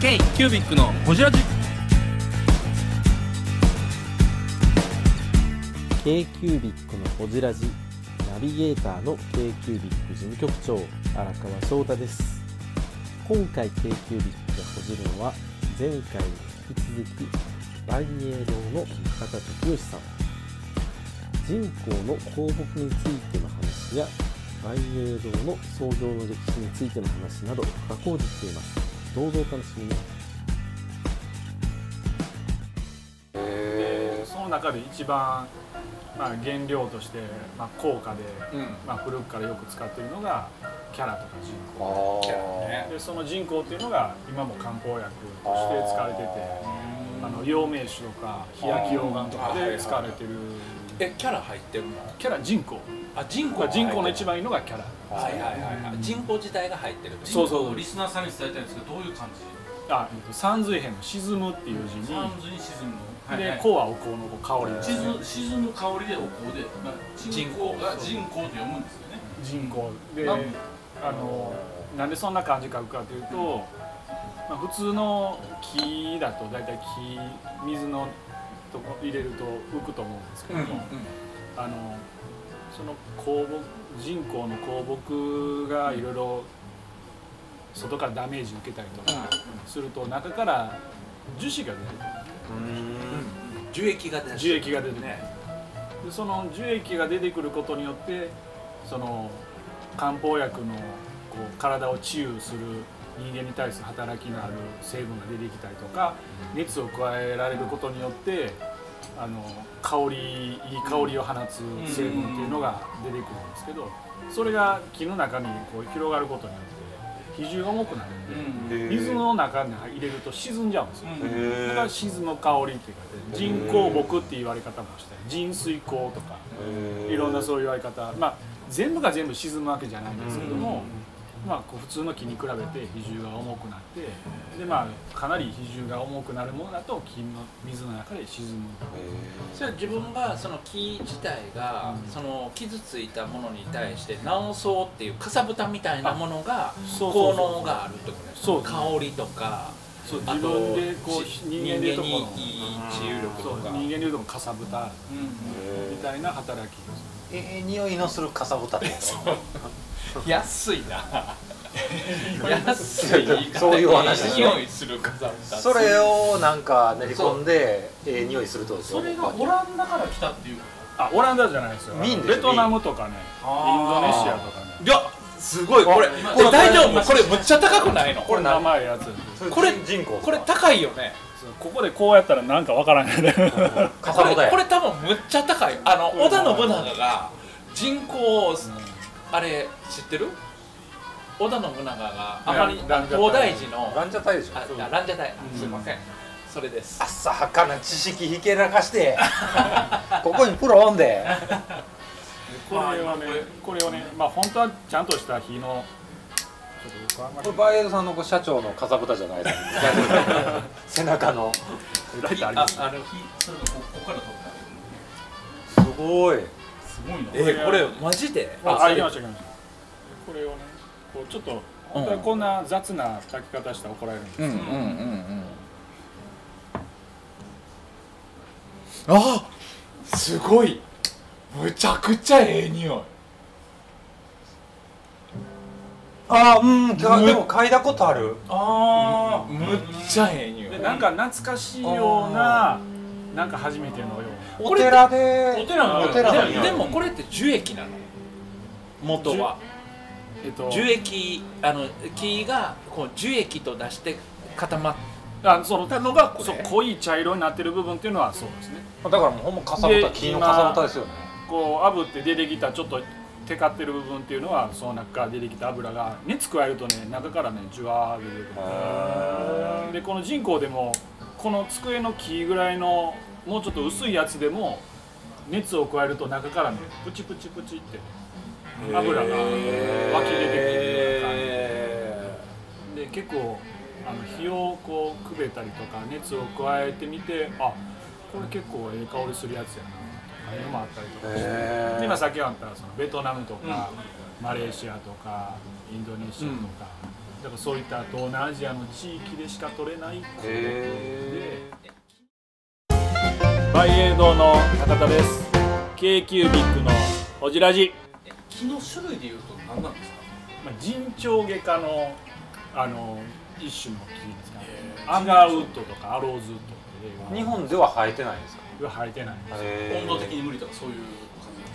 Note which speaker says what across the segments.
Speaker 1: K キュービックのホジラジ
Speaker 2: k キュービックのほじラジナビゲーターの k キュービック事務局長荒川翔太です今回 k キュービックがほじるのは前回に引き続き万栄堂の中田時義さん人口の放牧についての話や万栄堂の創業の歴史についての話など深く講じていますどうぞお楽しみに
Speaker 3: でその中で一番、まあ、原料として、まあ、高価で、まあ、古くからよく使っているのがキャラとか人工でその人工っていうのが今も漢方薬として使われててあの陽明酒とか日焼き溶岩とかで使われてる
Speaker 4: えキャラ入ってるの
Speaker 3: キャラ人工
Speaker 4: あ人口
Speaker 3: まあ人工の一
Speaker 4: 番
Speaker 3: 番いいのがキャラ
Speaker 4: はいはいはいはい人口自体が入ってる
Speaker 3: そうそう
Speaker 5: リスナーさんに伝えたいんですけどどういう感じ
Speaker 3: あえっと三髄片の沈むっていう字に
Speaker 5: 三途に沈むの、
Speaker 3: で「こ」はお香の香りですね
Speaker 5: 沈沈む香りでお香で、まあ、人口が人口と読むんですよね
Speaker 3: 人工で
Speaker 5: なん
Speaker 3: あのなんでそんな感じ書くかというと、まあ、普通の木だと大体木水のとこ入れると浮くと思うんですけども、あのその鉱木人工の鉱木がいろいろ外からダメージ受けたりとかすると中から樹脂が出る
Speaker 4: 樹液が出
Speaker 3: 樹液が出てね
Speaker 4: ね
Speaker 3: でその樹液が出てくることによってその漢方薬のこう体を治癒する人間に対する働きのある成分が出てきたりとか熱を加えられることによってあの香りいい香りを放つ成分っていうのが出てくるんですけどそれが木の中にこう広がることによって比重が重くなるんで。水の中に入れると沈んじゃうんですよ、だから沈む香りっていうか人工木って言われ方もしたり人水香とかいろんなそういう言われ方まあ全部が全部沈むわけじゃないんですけども、まあこう普通の木に比べて比重が重くなってでまあかなり比重が重くなるものだと木の水の中で沈む
Speaker 4: それは自分がその木自体が
Speaker 3: うん
Speaker 4: その傷ついたものに対して直そうっていうかさぶたみたいなものが
Speaker 3: そうそう
Speaker 4: 効
Speaker 3: そう
Speaker 4: 能があるってことです
Speaker 3: そう
Speaker 4: 香りとか
Speaker 3: そう
Speaker 4: あ
Speaker 3: 自分
Speaker 4: と
Speaker 3: でこう
Speaker 4: し
Speaker 3: 人間でいうとこ
Speaker 4: 人
Speaker 3: の
Speaker 4: 間にいい治癒力
Speaker 3: そう人
Speaker 4: とか
Speaker 3: 間でいうとこのかさぶたみたいな働きです
Speaker 6: ええ匂いのするかさぶたって
Speaker 4: 安いな安い言い方
Speaker 6: そういう話でしょ
Speaker 4: 匂いするかさぶた
Speaker 6: それをなんか練り込んでええ匂いするってことですよ
Speaker 5: それがオランダから来たっていうこと
Speaker 3: あオランダじゃないですよ
Speaker 6: 瓶でしょ
Speaker 3: ベトナムとかねインドネシアとかね
Speaker 4: いやすごいこれ
Speaker 5: あ
Speaker 4: これ大丈夫これむっちゃ高くないの
Speaker 3: これ名前やつです
Speaker 4: これ
Speaker 6: 人工
Speaker 4: これ高いよね
Speaker 3: ここでこうやったらなんかわからんよね
Speaker 6: か
Speaker 4: こ
Speaker 6: さ
Speaker 4: れ
Speaker 6: ぶたや
Speaker 4: これ多分むっちゃ高いあの織田信長が人口をあれ知ってる織田信長があまり
Speaker 3: ね
Speaker 4: あの東大寺の
Speaker 6: ランジャタイでしょ
Speaker 4: ああランジャタイ
Speaker 3: うん
Speaker 4: すいませんそれです
Speaker 6: 浅はかな知識ひけらかしてここにプロおんで
Speaker 3: これはねこれをねまあ本当はちゃんとした日のちょっと僕はあんまり
Speaker 6: これバイエルさんの社長のかさぶたじゃないです背中の
Speaker 3: ライトあり
Speaker 4: あ
Speaker 3: ます
Speaker 4: あの
Speaker 5: 火それがこここから取った
Speaker 6: すごい
Speaker 5: すごいな
Speaker 4: えーこれマジで
Speaker 3: ああ行きました行きましたこれをねこうちょっと本当はこんな雑な炊き方したら怒られるんですけ
Speaker 4: う
Speaker 3: ど、
Speaker 4: んうんうんうんあすごいむちゃくちゃええ匂い
Speaker 6: あうんかでも嗅いだことある
Speaker 4: あーむっちゃええ匂い
Speaker 3: でなんか懐かしいようななんか初めてのよう
Speaker 6: お寺で
Speaker 4: お寺の
Speaker 6: お寺の匂い
Speaker 4: でもこれって樹液なの元は
Speaker 3: なえっと
Speaker 4: 樹液あの木がこう樹液と出して固まっ
Speaker 3: あその
Speaker 4: たのがこ
Speaker 3: そう
Speaker 4: れ
Speaker 3: 濃い茶色になってる部分っていうのはそうですね
Speaker 6: だからもうほんまかさぶた
Speaker 3: で
Speaker 6: 金のかさぶたですよね
Speaker 3: こう炙って出てきたちょっとテカってる部分っていうのはその中から出てきた油が熱加えるとね中からねジュワー出てくるでこの人工でもこの机の木ぐらいのもうちょっと薄いやつでも熱を加えると中からねプチプチプチって油が湧き出てくるような感じで結構あの火をこうくべたりとか熱を加えてみてあこれ結構ええ香りするやつやなとかいうのもあったりとかして。で今さっきあったそのベトナムとか、マレーシアとかインドネシアとか、だからそういった東南アジアの地域でしか取れない
Speaker 4: へえ
Speaker 3: バイエードの高田です k q ビッグのおじらじ、
Speaker 5: 木の種類でいうと何なんですか
Speaker 3: まあ、人長外科のあの一種の木ですかねアンガーウッドとかアローズウッドとか
Speaker 6: 日本では生えてないんですか
Speaker 3: は生えてないんです
Speaker 5: 温度的に無理とかそういう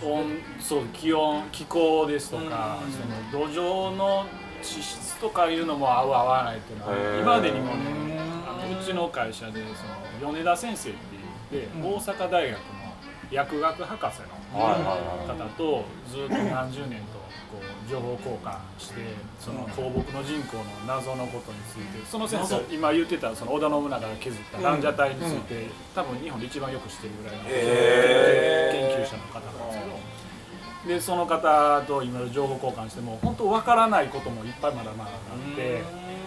Speaker 5: 感じ
Speaker 3: 温そう気温気候ですとか
Speaker 5: うん
Speaker 3: その土壌の地質とかいうのも合う合わないっていうのは
Speaker 2: へー
Speaker 3: 今までにもねあのうちの会社でその米田先生っていう大阪大学の薬学博士の
Speaker 2: はいはいはい
Speaker 3: 方とずっと何十年とこう情報交換してその香木の人口の謎のことについてその先生今言ってたその織田信長が削った蘭奢体について多分日本で一番よく知ってるぐらいの
Speaker 2: へ
Speaker 3: 研究者の方なんですけど。でその方といろいろ情報交換しても本当わからないこともいっぱいまだまだあって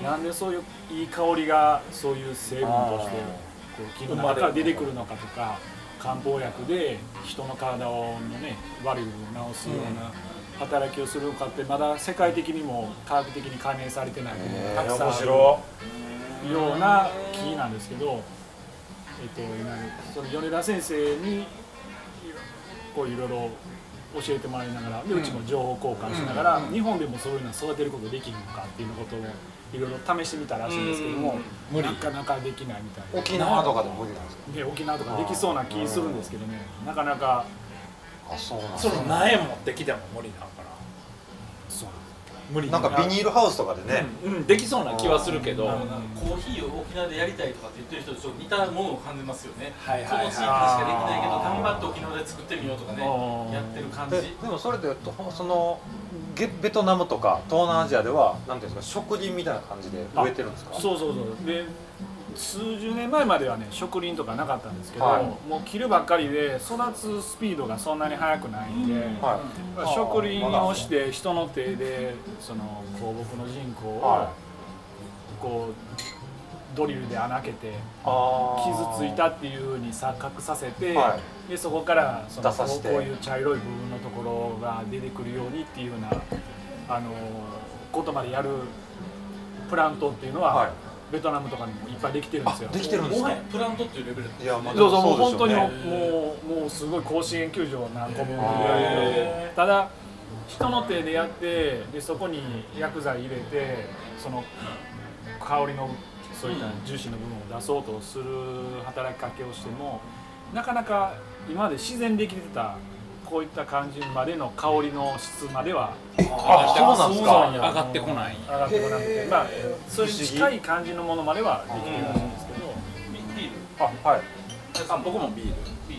Speaker 3: なんでそういういい香りがそういう成分としてこう木の中から出てくるのかとか漢方薬で人の体をのね悪い部分を治すような働きをするのかってまだ世界的にも科学的に解明されてない部分がたくさんあるような木なんですけど、えっと、今その米田先生にこういろいろ教えてもらいながらでうちも情報交換しながら、日本でもそういうの育てることできるのかっていうことをいろいろ試してみたらしいんですけども、なかなかできないみたいな
Speaker 6: 沖縄とかでも無理なんですか
Speaker 3: で沖縄とかできそうな気するんですけどね、なかなか
Speaker 6: あそうなんです
Speaker 4: そ
Speaker 6: ね
Speaker 4: の苗持ってきても無理なのかな
Speaker 3: そうなんです
Speaker 4: 無理
Speaker 6: なんかビニールハウスとかでね、
Speaker 4: うん、うんできそうな気はするけど、
Speaker 3: うん
Speaker 5: コーヒーを沖縄でやりたいとかって言ってる人とちょっと似たものを感じますよね、
Speaker 4: はいはいはい
Speaker 5: その地域でしかできないけど頑張って沖縄で作ってみようとかね
Speaker 3: あー
Speaker 5: やってる感じ
Speaker 6: ででもそれでとそのゲベトナムとか東南アジアではなんていうんですか植林みたいな感じで植えてるんですか
Speaker 3: そうそうそうで数十年前まではね植林とかなかったんですけど、
Speaker 6: はい
Speaker 3: もう切るばっかりで育つスピードがそんなに速くないんで、
Speaker 6: は
Speaker 3: まあ植林をして人の手でその香木の人口
Speaker 6: い
Speaker 3: を
Speaker 6: は
Speaker 3: こうドリルで穴開けて
Speaker 6: いあ
Speaker 3: 傷ついたっていうふうに錯覚させて、
Speaker 6: は
Speaker 3: でそこからその
Speaker 6: 出さ
Speaker 3: こ
Speaker 6: せ
Speaker 3: う
Speaker 6: て
Speaker 3: こういう茶色い部分のところが出てくるようにっていうようなあのことまでやるプラントっていうのは、
Speaker 6: はい
Speaker 3: ベトナムとかにもいっぱいできてるんですよ。
Speaker 6: できてるんです
Speaker 5: も
Speaker 6: か
Speaker 5: はやプラントっていうレベルなんです
Speaker 6: い
Speaker 5: ね
Speaker 6: やまあで
Speaker 3: そ
Speaker 6: も
Speaker 3: うそうもう
Speaker 6: そう
Speaker 3: 本当
Speaker 6: で
Speaker 3: に
Speaker 6: し
Speaker 3: も
Speaker 6: ょね
Speaker 3: うもうすごい甲子園球場何個分ぐら
Speaker 5: へ
Speaker 3: いただ人の手でやってでそこに薬剤入れてその香りのそういった樹脂の部分を出そうとする働きかけをしてもなかなか今まで自然できてたこういった感じまでの香りの質までは
Speaker 6: あそうなんですか
Speaker 4: 上がってこない
Speaker 3: 上がってこなくてまあそれに近い感じのものまではできてるらしいんですけど。
Speaker 5: ビビール
Speaker 6: あはい
Speaker 5: あ僕もビール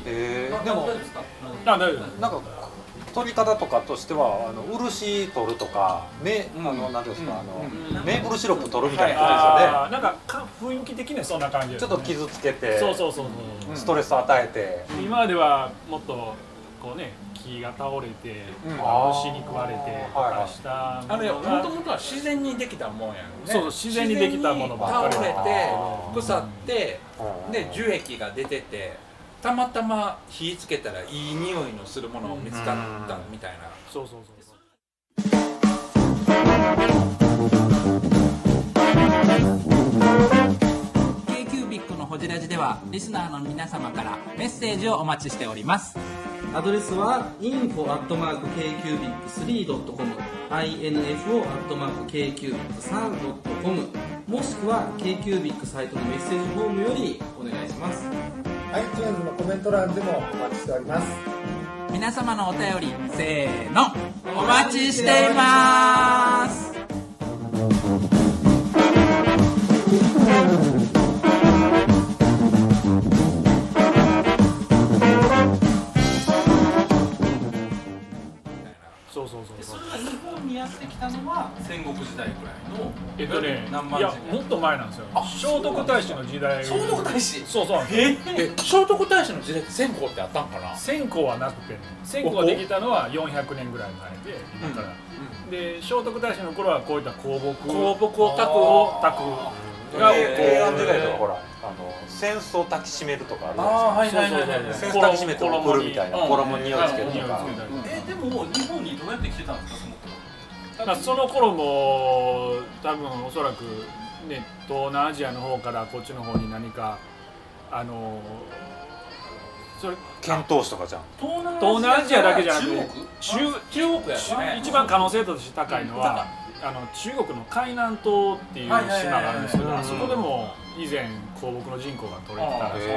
Speaker 6: えー、で
Speaker 5: でも
Speaker 6: も
Speaker 5: 大丈夫ですか
Speaker 3: あ大丈夫です
Speaker 6: なんか取り方とかとしてはあの漆取るとかめあのなんていうんですか、あの、
Speaker 5: うん
Speaker 6: メープルシロップ取るみたいなことですよね、
Speaker 3: あーなんかか雰囲気的にはそんな感じです
Speaker 6: ち
Speaker 3: ね
Speaker 6: ょっと傷つけて
Speaker 3: そうそうそうそう、
Speaker 6: ストレス与えて、
Speaker 3: 今まではもっとこうね木が倒れて、
Speaker 4: うん
Speaker 3: 虫に食われてと
Speaker 6: はいは
Speaker 3: か
Speaker 6: い
Speaker 3: した
Speaker 4: あ
Speaker 3: も
Speaker 4: れよ
Speaker 3: の
Speaker 4: も
Speaker 3: が
Speaker 4: ともとは自然にできたもんやんね
Speaker 3: そう自然にできたものばっかり
Speaker 4: 自然に
Speaker 6: あ
Speaker 4: 倒
Speaker 6: ー
Speaker 4: れて腐って
Speaker 6: うん
Speaker 4: で樹液が出ててたまたま火つけたらいい匂いのするものが見つかったみたいな
Speaker 3: そうそうそうそう
Speaker 1: 「k ー b i c のほじラジ」ではリスナーの皆様からメッセージをお待ちしております
Speaker 7: アドレスは info.kcubic3.com info.kcubic3.com もしくは KQBIC サイトのメッセージフォームよりお願いします
Speaker 8: iTunes のコメント欄でもお待ちしております
Speaker 1: 皆様のお便りせーのお待ちしています
Speaker 3: そうそうそう
Speaker 5: そ
Speaker 3: そう
Speaker 5: れが日本にやってきたのは戦国時代ぐらいの
Speaker 3: えっとね
Speaker 5: 何万
Speaker 3: い
Speaker 5: 時
Speaker 3: や
Speaker 5: 代
Speaker 3: もっと前なんですよ聖徳太子の時代
Speaker 5: 聖徳太子
Speaker 3: そうそうなんですよ
Speaker 5: え
Speaker 4: え聖徳太子の時代って線香ってあったんかな
Speaker 3: 線香はなくてね線香ができたのは400年ぐらい前で今から、で聖徳太子の頃はこういった香木
Speaker 4: 香木を焚く
Speaker 3: を焚くが
Speaker 6: で
Speaker 3: こう
Speaker 6: 平安時代とかほらあの扇子を焚きしめるとかあるじゃない
Speaker 4: は
Speaker 3: は
Speaker 4: い
Speaker 3: いはいはい
Speaker 6: で
Speaker 3: ー
Speaker 6: すか扇子焚きしめて送るみたいな
Speaker 4: 衣に
Speaker 6: 衣に匂いつけると
Speaker 3: 匂いつ
Speaker 6: か
Speaker 3: けたり
Speaker 5: えでも日本にどうやって来てたんですかその
Speaker 3: まあその頃も多分おそらく、ね、東南アジアの方からこっちの方に何かあのそれ
Speaker 6: 遣唐使とかじゃん
Speaker 3: 東南アジアだけじゃなくて中
Speaker 4: 中中国やね
Speaker 3: 一番可能性として高いのは、あの中国の海南島っていう島があるんですけど、
Speaker 4: はいはいはいはい
Speaker 3: あそこでも以前香木の人口が取れてたんですよ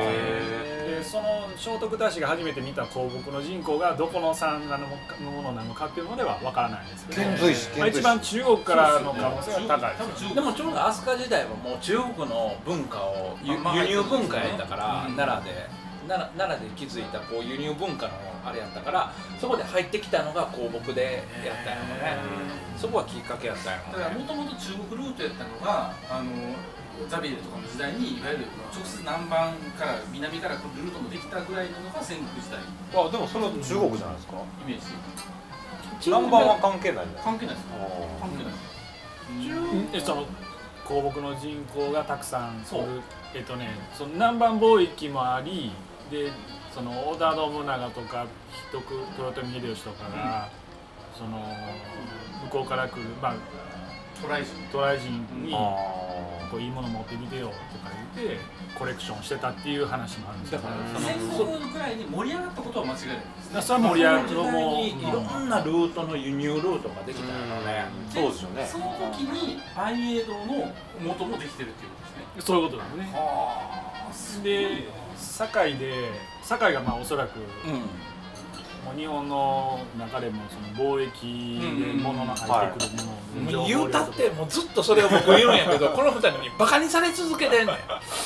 Speaker 3: でその聖徳太子が初めて見た香木の人口がどこの産なのかのものなのかっていうのでは分からないんですけど、
Speaker 6: 遣隋使
Speaker 3: まあ、
Speaker 6: 遣
Speaker 3: 一
Speaker 6: 隋
Speaker 3: 番
Speaker 6: 使
Speaker 3: 中国からの可能性が高いで
Speaker 5: 多
Speaker 3: す
Speaker 5: 分中国
Speaker 4: でもちょうど飛鳥時代はもう中国の文化をゆ
Speaker 5: まあ
Speaker 4: 輸入文化やったから、
Speaker 5: うん
Speaker 4: 奈良で奈良奈良で築いたこう輸入文化のあれやったからそこで入ってきたのが香木でやったんやろね、そこはきっかけやったんや
Speaker 5: だから
Speaker 4: ろね
Speaker 5: もともと中国ルートやったのがあのザビエルとかの時代にいわゆる直接南蛮から南から来るルートもできたぐらいなのが戦国時代イ
Speaker 6: あでもそれは中国じゃないですか
Speaker 5: メージ
Speaker 6: 南蛮は関係ないんだよ
Speaker 5: 関係ないですか関係ない
Speaker 3: でその香木の人口がたくさん
Speaker 5: そう
Speaker 3: いるえっとねその南蛮貿易もありでその織田信長とか一徳豊臣秀吉とかが、その向こうから来る、まあ、
Speaker 5: トライジ
Speaker 3: 渡来人にこ
Speaker 6: あ
Speaker 3: ういいもの持ってきてよとか言ってコレクションしてたっていう話もあるんですよ
Speaker 4: だから
Speaker 5: 戦国ぐらいに盛り上がったことは間違いないです
Speaker 3: だからそれは盛り上がる
Speaker 4: その時代にいろ
Speaker 3: も
Speaker 4: んなルートの輸入ルートができたんやろね、
Speaker 6: そうですよね
Speaker 5: その時に安永堂の元もできてるっていうことですね
Speaker 3: うそういうことなんですね
Speaker 5: はあす
Speaker 3: で堺で堺がまあおそらく
Speaker 4: うん
Speaker 3: もう日本の中でもその貿易で物の入ってくるもの
Speaker 4: も
Speaker 3: を
Speaker 4: う言うたってもうずっとそれを僕言うんやけどこの二人にバカにされ続けてんねん
Speaker 5: い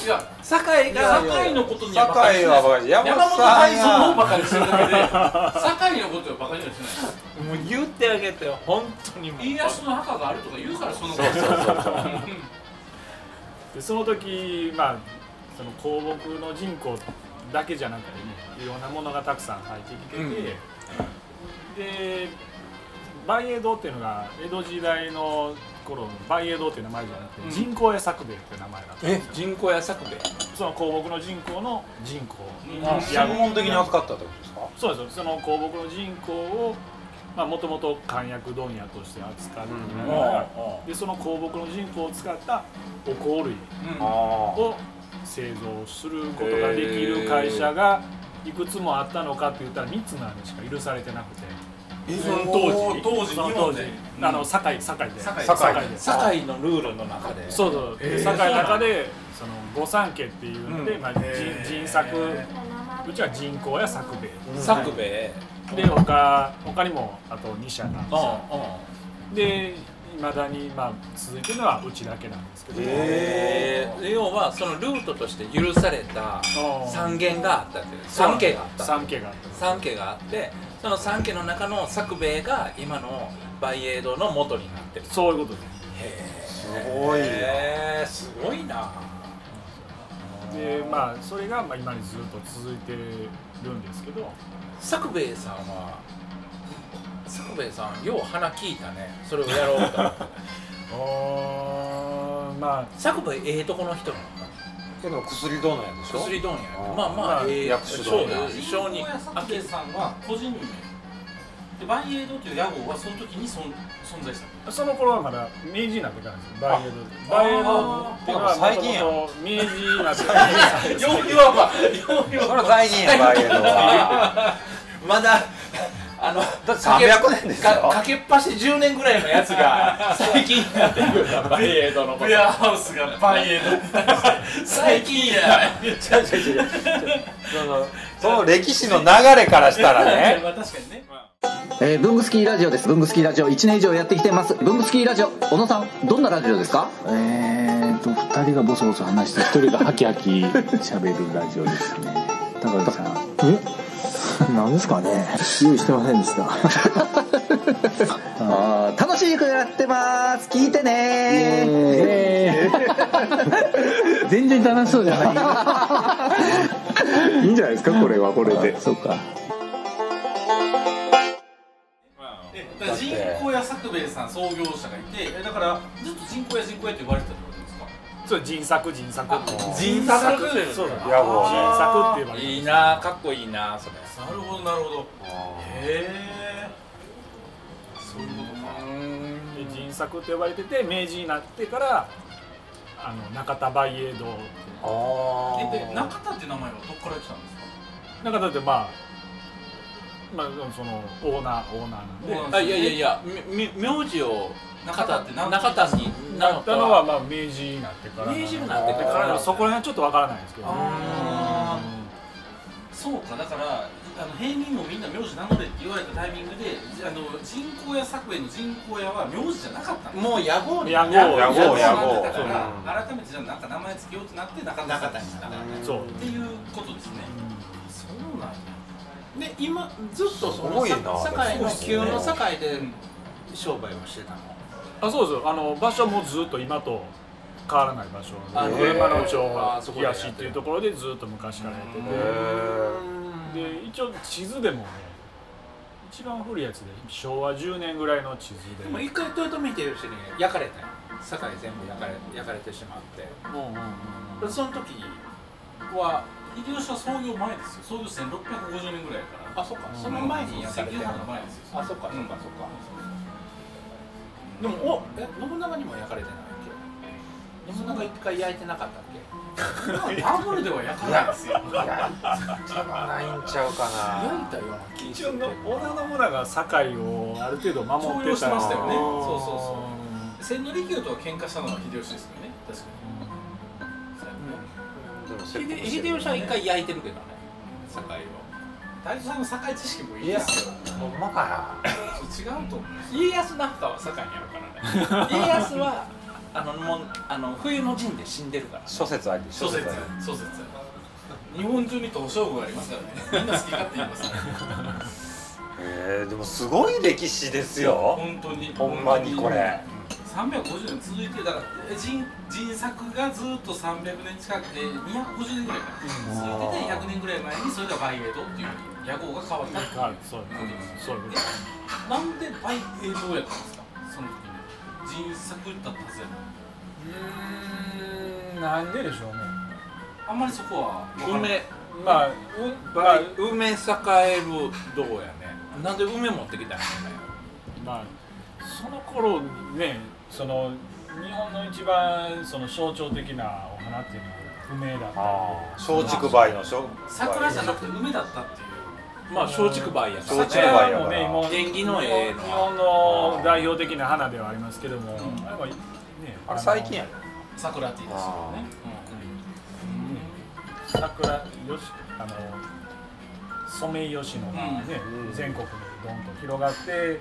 Speaker 5: や
Speaker 4: 酒井が
Speaker 5: 堺のことにはバカにしな
Speaker 6: 堺
Speaker 5: い
Speaker 6: はバカ山
Speaker 5: 山
Speaker 6: 本
Speaker 5: 本
Speaker 6: さ
Speaker 5: 大
Speaker 6: ん
Speaker 5: 尊を
Speaker 6: が
Speaker 5: バカにしてるだけで 堺のことはバカにはしない
Speaker 4: もう言ってあげてよ本当にもう
Speaker 5: 家康の墓があるとか言うからその
Speaker 6: そうそうそうそう
Speaker 3: でその時まあその香木の人口だけじゃなくてねいろんなものがたくさん入ってきてて、
Speaker 4: うん
Speaker 3: で万栄堂っていうのが江戸時代の頃の万栄堂っていう名前じゃなく
Speaker 5: う
Speaker 3: て、
Speaker 5: ん
Speaker 3: 人口や作兵衛っていう名前だった
Speaker 4: え人口や作兵衛
Speaker 3: その香木の人口の人口
Speaker 5: うん
Speaker 6: 専門的に扱ったってことですか
Speaker 3: そうですよその香木の人口をもともと漢薬問屋として扱っていながら、でその香木の人口を使ったお香類
Speaker 6: あ
Speaker 3: を製造することができる会社がいくつもあったのかって言ったら3つまでしか許されてなくてその当時
Speaker 5: 当時
Speaker 3: その
Speaker 5: 日
Speaker 3: 当
Speaker 5: 本
Speaker 3: 時
Speaker 5: で、
Speaker 3: あの堺堺で
Speaker 5: 堺
Speaker 3: 堺で
Speaker 4: 酒井のルールの中で
Speaker 3: そうそうで堺の中でその御三家っていうので、
Speaker 4: うん
Speaker 3: まあ、人人作うちは人口や作兵衛
Speaker 4: 作兵衛
Speaker 3: で他他にもあと2社が
Speaker 4: うん
Speaker 3: でいまだにまあ続いてるのはうちだけなんですけど、
Speaker 4: えー要はそのルートとして許された
Speaker 3: 三
Speaker 4: 三軒があったっていう三家があった
Speaker 3: 三家があっ
Speaker 4: 三家があってその三家の中の作兵衛が今の梅栄堂の元になってる
Speaker 3: たそういうことです
Speaker 6: すごいな
Speaker 4: へえすごいな
Speaker 3: でまあそれがまあ今にずっと続いてるんですけど
Speaker 4: 作兵衛さんは作兵衛さんよう鼻聞いたねそれをやろうと思 って
Speaker 3: あーまあ
Speaker 4: 作兵衛ええとこの人なのか
Speaker 6: でも薬どうなんやでしょ
Speaker 4: 薬問屋や
Speaker 6: あー
Speaker 4: まあま
Speaker 3: ま
Speaker 4: あ
Speaker 3: あ
Speaker 4: ええ
Speaker 6: 薬種問屋
Speaker 4: そう小に
Speaker 5: アケさんは個人名で万栄堂という屋号はその時に存存在した
Speaker 3: その頃はまだ明治になってからですよバイエドバイエドっていうのは
Speaker 6: あ最近や
Speaker 3: もともと明治になってか
Speaker 5: 曜日はまあ曜日
Speaker 6: それは財源やバイエルは
Speaker 4: まだあの
Speaker 6: だって300年ですよ
Speaker 4: かかけっぱし10年ぐらいのやつが最近になってるバイエードのこと
Speaker 5: ベアハウスが万栄堂最近や
Speaker 6: 違う違う違うそのその歴史の流れからしたらね
Speaker 5: まあ確かにね
Speaker 9: えー、ブングスキーラジオです。ブングスキーラジオ1年以上やってきてます。ブングスキーラジオ、小野さん、どんなラジオですかえーと、2人がボソボソ話して、1人がハキハキ喋るラジオですね。高橋さん。え何ですかね用意してませんで した。あー楽しくやってます聞いてね 全然楽しそうじゃ ない。いいんじゃないですかこれはこれで。そうか。
Speaker 5: えだから人工屋作兵衛さん創業者がいてえだからずっと人工屋人工屋って呼ばれてたってことですか
Speaker 3: そう人作人作って
Speaker 4: 人作
Speaker 3: そうだね
Speaker 6: 野望
Speaker 3: 人作って言えば
Speaker 4: いいなかっこいいなそれ
Speaker 5: なるほどなるほどへえそういうことか
Speaker 4: うーん
Speaker 3: 作と呼ばれてて明治になってからあの中田バイエ堂
Speaker 6: あ
Speaker 5: えで中田って名前はどっから来たんですか
Speaker 3: 中田ってまあまあそのオーナーオーナーなんで
Speaker 5: オーナー
Speaker 4: あいやいやいやみみ名字を
Speaker 5: 中田って何
Speaker 4: 中田に
Speaker 3: な
Speaker 4: なっ
Speaker 3: った
Speaker 4: た
Speaker 3: の
Speaker 4: の
Speaker 3: は
Speaker 4: は
Speaker 3: まあ明治になってから
Speaker 4: 明治になって
Speaker 3: だ
Speaker 4: か
Speaker 3: からら
Speaker 4: の
Speaker 3: そこら辺はちょっとわからないですけど、
Speaker 5: あそうかだからあの平民もみんな名字名乗れって言われたタイミングでじあの人工屋作への人工屋は名字じゃなかったんです
Speaker 4: もう野望
Speaker 3: 野望
Speaker 6: 野望
Speaker 5: になってた
Speaker 6: そう
Speaker 5: から改めてじゃあなんか名前つけようってなって中田さんにしたっ
Speaker 3: そう
Speaker 5: ていうことですねそうなんや
Speaker 4: で今ずっとそ
Speaker 6: すご
Speaker 4: の
Speaker 6: いな
Speaker 4: 堺の急の堺で
Speaker 5: ん
Speaker 4: 商売をしてたの
Speaker 3: あそうですあの場所はもうずっと今と変わらない場所
Speaker 4: あ
Speaker 3: で
Speaker 4: へ
Speaker 3: 上
Speaker 4: ー
Speaker 3: 間の町
Speaker 4: あそこでやって
Speaker 3: 東
Speaker 4: る
Speaker 3: っていうところでずっと昔からやって
Speaker 6: へー
Speaker 3: てで一応地図でもね一番古いやつで昭和10年ぐらいの地図
Speaker 4: で
Speaker 3: で
Speaker 4: も一回豊臣秀吉に焼かれたよ堺全部焼かれ焼かれてしまって
Speaker 3: うんうんうん
Speaker 4: でその時は
Speaker 5: 秀吉は創業前ですよ創業1650年ぐらいやから
Speaker 4: あそっかその前に焼かれて
Speaker 5: 関
Speaker 4: る
Speaker 5: ヶ原の前ですよ
Speaker 4: あそっかそっかそっかでもおえ信長にも焼かれてないっけ信長一回焼いてなかったっけ
Speaker 5: ダブルでは焼かないです よ
Speaker 6: ないんちゃうか
Speaker 4: 焼いたような気
Speaker 3: 一応の織田信長は堺をある程度守ってた
Speaker 5: 重用してましたよね
Speaker 3: うん
Speaker 5: そうそう千利休とは喧嘩したのは秀吉ですよね確か
Speaker 6: な
Speaker 4: 秀秀吉は一回焼いてるけどね堺を
Speaker 5: に大丈さんの堺知識もいいですよ
Speaker 6: ほんまかな
Speaker 5: 違うと思う
Speaker 4: 家康なんかは堺にあるからね家康はあのもうあの冬の陣で死んでるから
Speaker 6: 諸説あり
Speaker 5: 諸説諸説日本中に東照宮があります からねみんな好き勝手言いますからね
Speaker 6: えー、でもすごい歴史ですよ
Speaker 5: 本当に
Speaker 6: ほんまにこれ
Speaker 5: 350年続いてるだから人人作がずっと300年近くで250年ぐらいから続いてて100年ぐらい前にそれがバイエイドっていう野号が変わったっていう
Speaker 3: はいそうそういうことです
Speaker 5: なんでバイエイドやったんですかその時に人作だったはずやのに
Speaker 3: うんなんででしょうね
Speaker 5: あんまりそこは分からない
Speaker 4: 梅
Speaker 3: まあ
Speaker 4: まあ梅栄えるどうやねなんで梅持ってきたんやね
Speaker 3: まあ、その頃ねその日本の一番その象徴的なお花っていうのは梅だった
Speaker 6: ああ松竹梅の松
Speaker 5: 桜じゃなくて梅だったっていう
Speaker 4: まあ松竹梅
Speaker 3: り
Speaker 4: やから
Speaker 6: 松竹梅やから
Speaker 3: もね今
Speaker 4: 縁起のええの
Speaker 3: 日本の代表的な花ではありますけども、
Speaker 5: ん
Speaker 3: あれはね
Speaker 6: あれ最近やね
Speaker 5: 桜って言いますよね
Speaker 3: 桜よしあのソメイヨシノがね、
Speaker 6: うん
Speaker 3: 全国にどんと広がって、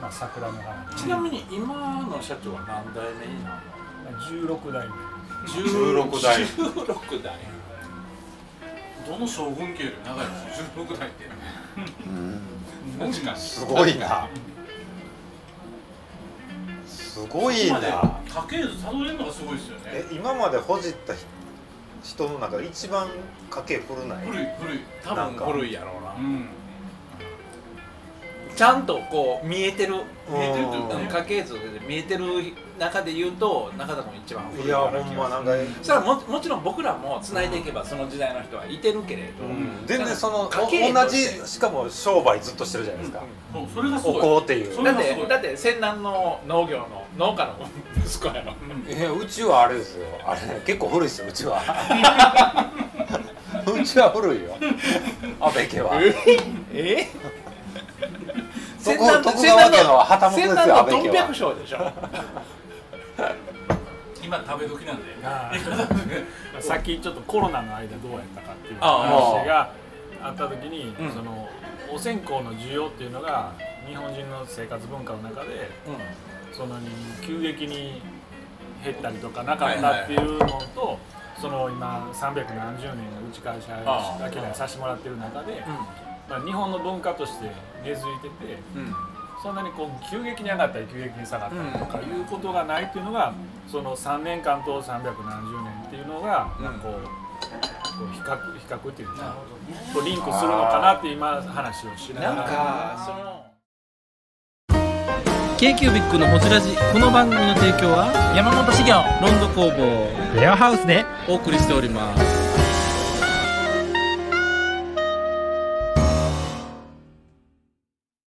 Speaker 3: まあ、桜の花
Speaker 4: ちなみに今の社長は何代目になる
Speaker 3: 16代目
Speaker 4: の
Speaker 6: 16代
Speaker 4: 16代
Speaker 5: どの将軍家より長いですよ16代って文字が
Speaker 6: すごいなすごい
Speaker 5: 今で
Speaker 6: な
Speaker 5: 家系図たどれるのがすごいですよね
Speaker 6: え今までほじったひ人の中で一番家計古ない
Speaker 5: 古い古い
Speaker 4: 多
Speaker 6: なん
Speaker 4: 分
Speaker 6: か
Speaker 4: 古いやろう
Speaker 5: う
Speaker 4: なんちゃんとこう見えてる
Speaker 5: 見えてるというかね
Speaker 4: 家系図で見えてる中で言うと中田君一番古い
Speaker 6: いや
Speaker 4: よう
Speaker 6: ほ
Speaker 4: な気がす
Speaker 6: ん
Speaker 4: る
Speaker 6: まなんか、
Speaker 4: それはももちろん僕らも繋いでいけばその時代の人はいてるけれど、
Speaker 6: うん全然そのお
Speaker 4: 家計と
Speaker 6: 同
Speaker 4: し
Speaker 6: じ
Speaker 4: て
Speaker 6: しかも商売ずっとしてるじゃないですか、
Speaker 5: そうそれがす
Speaker 6: お
Speaker 5: ごい
Speaker 6: 香っていう
Speaker 5: それ
Speaker 4: だっ
Speaker 5: がすご
Speaker 4: て
Speaker 5: い
Speaker 4: だって仙南の農業の農家の息子やろ
Speaker 6: えうちはあれですよあれ結構古いですようちはうちは古いよ安倍家は
Speaker 4: え
Speaker 6: 徳川徳川家の旗本です
Speaker 4: 仙
Speaker 6: よ
Speaker 4: 南の
Speaker 6: 安倍
Speaker 4: ドン
Speaker 6: 家
Speaker 4: 百
Speaker 6: は
Speaker 4: 姓で しょ
Speaker 5: 今食べ時なんで
Speaker 3: ああさっきちょっとコロナの間どうやったかっていう
Speaker 4: ああ
Speaker 3: 話があった時に、
Speaker 4: うん
Speaker 3: そのお線香の需要っていうのが日本人の生活文化の中でその急激に減ったりとかなかったっていうのと、その今370年うち会社
Speaker 4: ああ
Speaker 3: だけでさせてもらってる中で、まあ、日本の文化として根付いてて
Speaker 4: うんうん
Speaker 3: そんなにこう急激に上がったり急激に下がったりとかいうことがないっていうのが、その3年間と370年っていうのが、
Speaker 4: うん
Speaker 3: まあこうこう比較比較っていうかこうリンクするのかなって今話をしなが
Speaker 4: な
Speaker 3: ら
Speaker 4: んかその
Speaker 7: k q b i c のホジラジこの番組の提供は山本資源ロンド工房レアハウスでお送りしております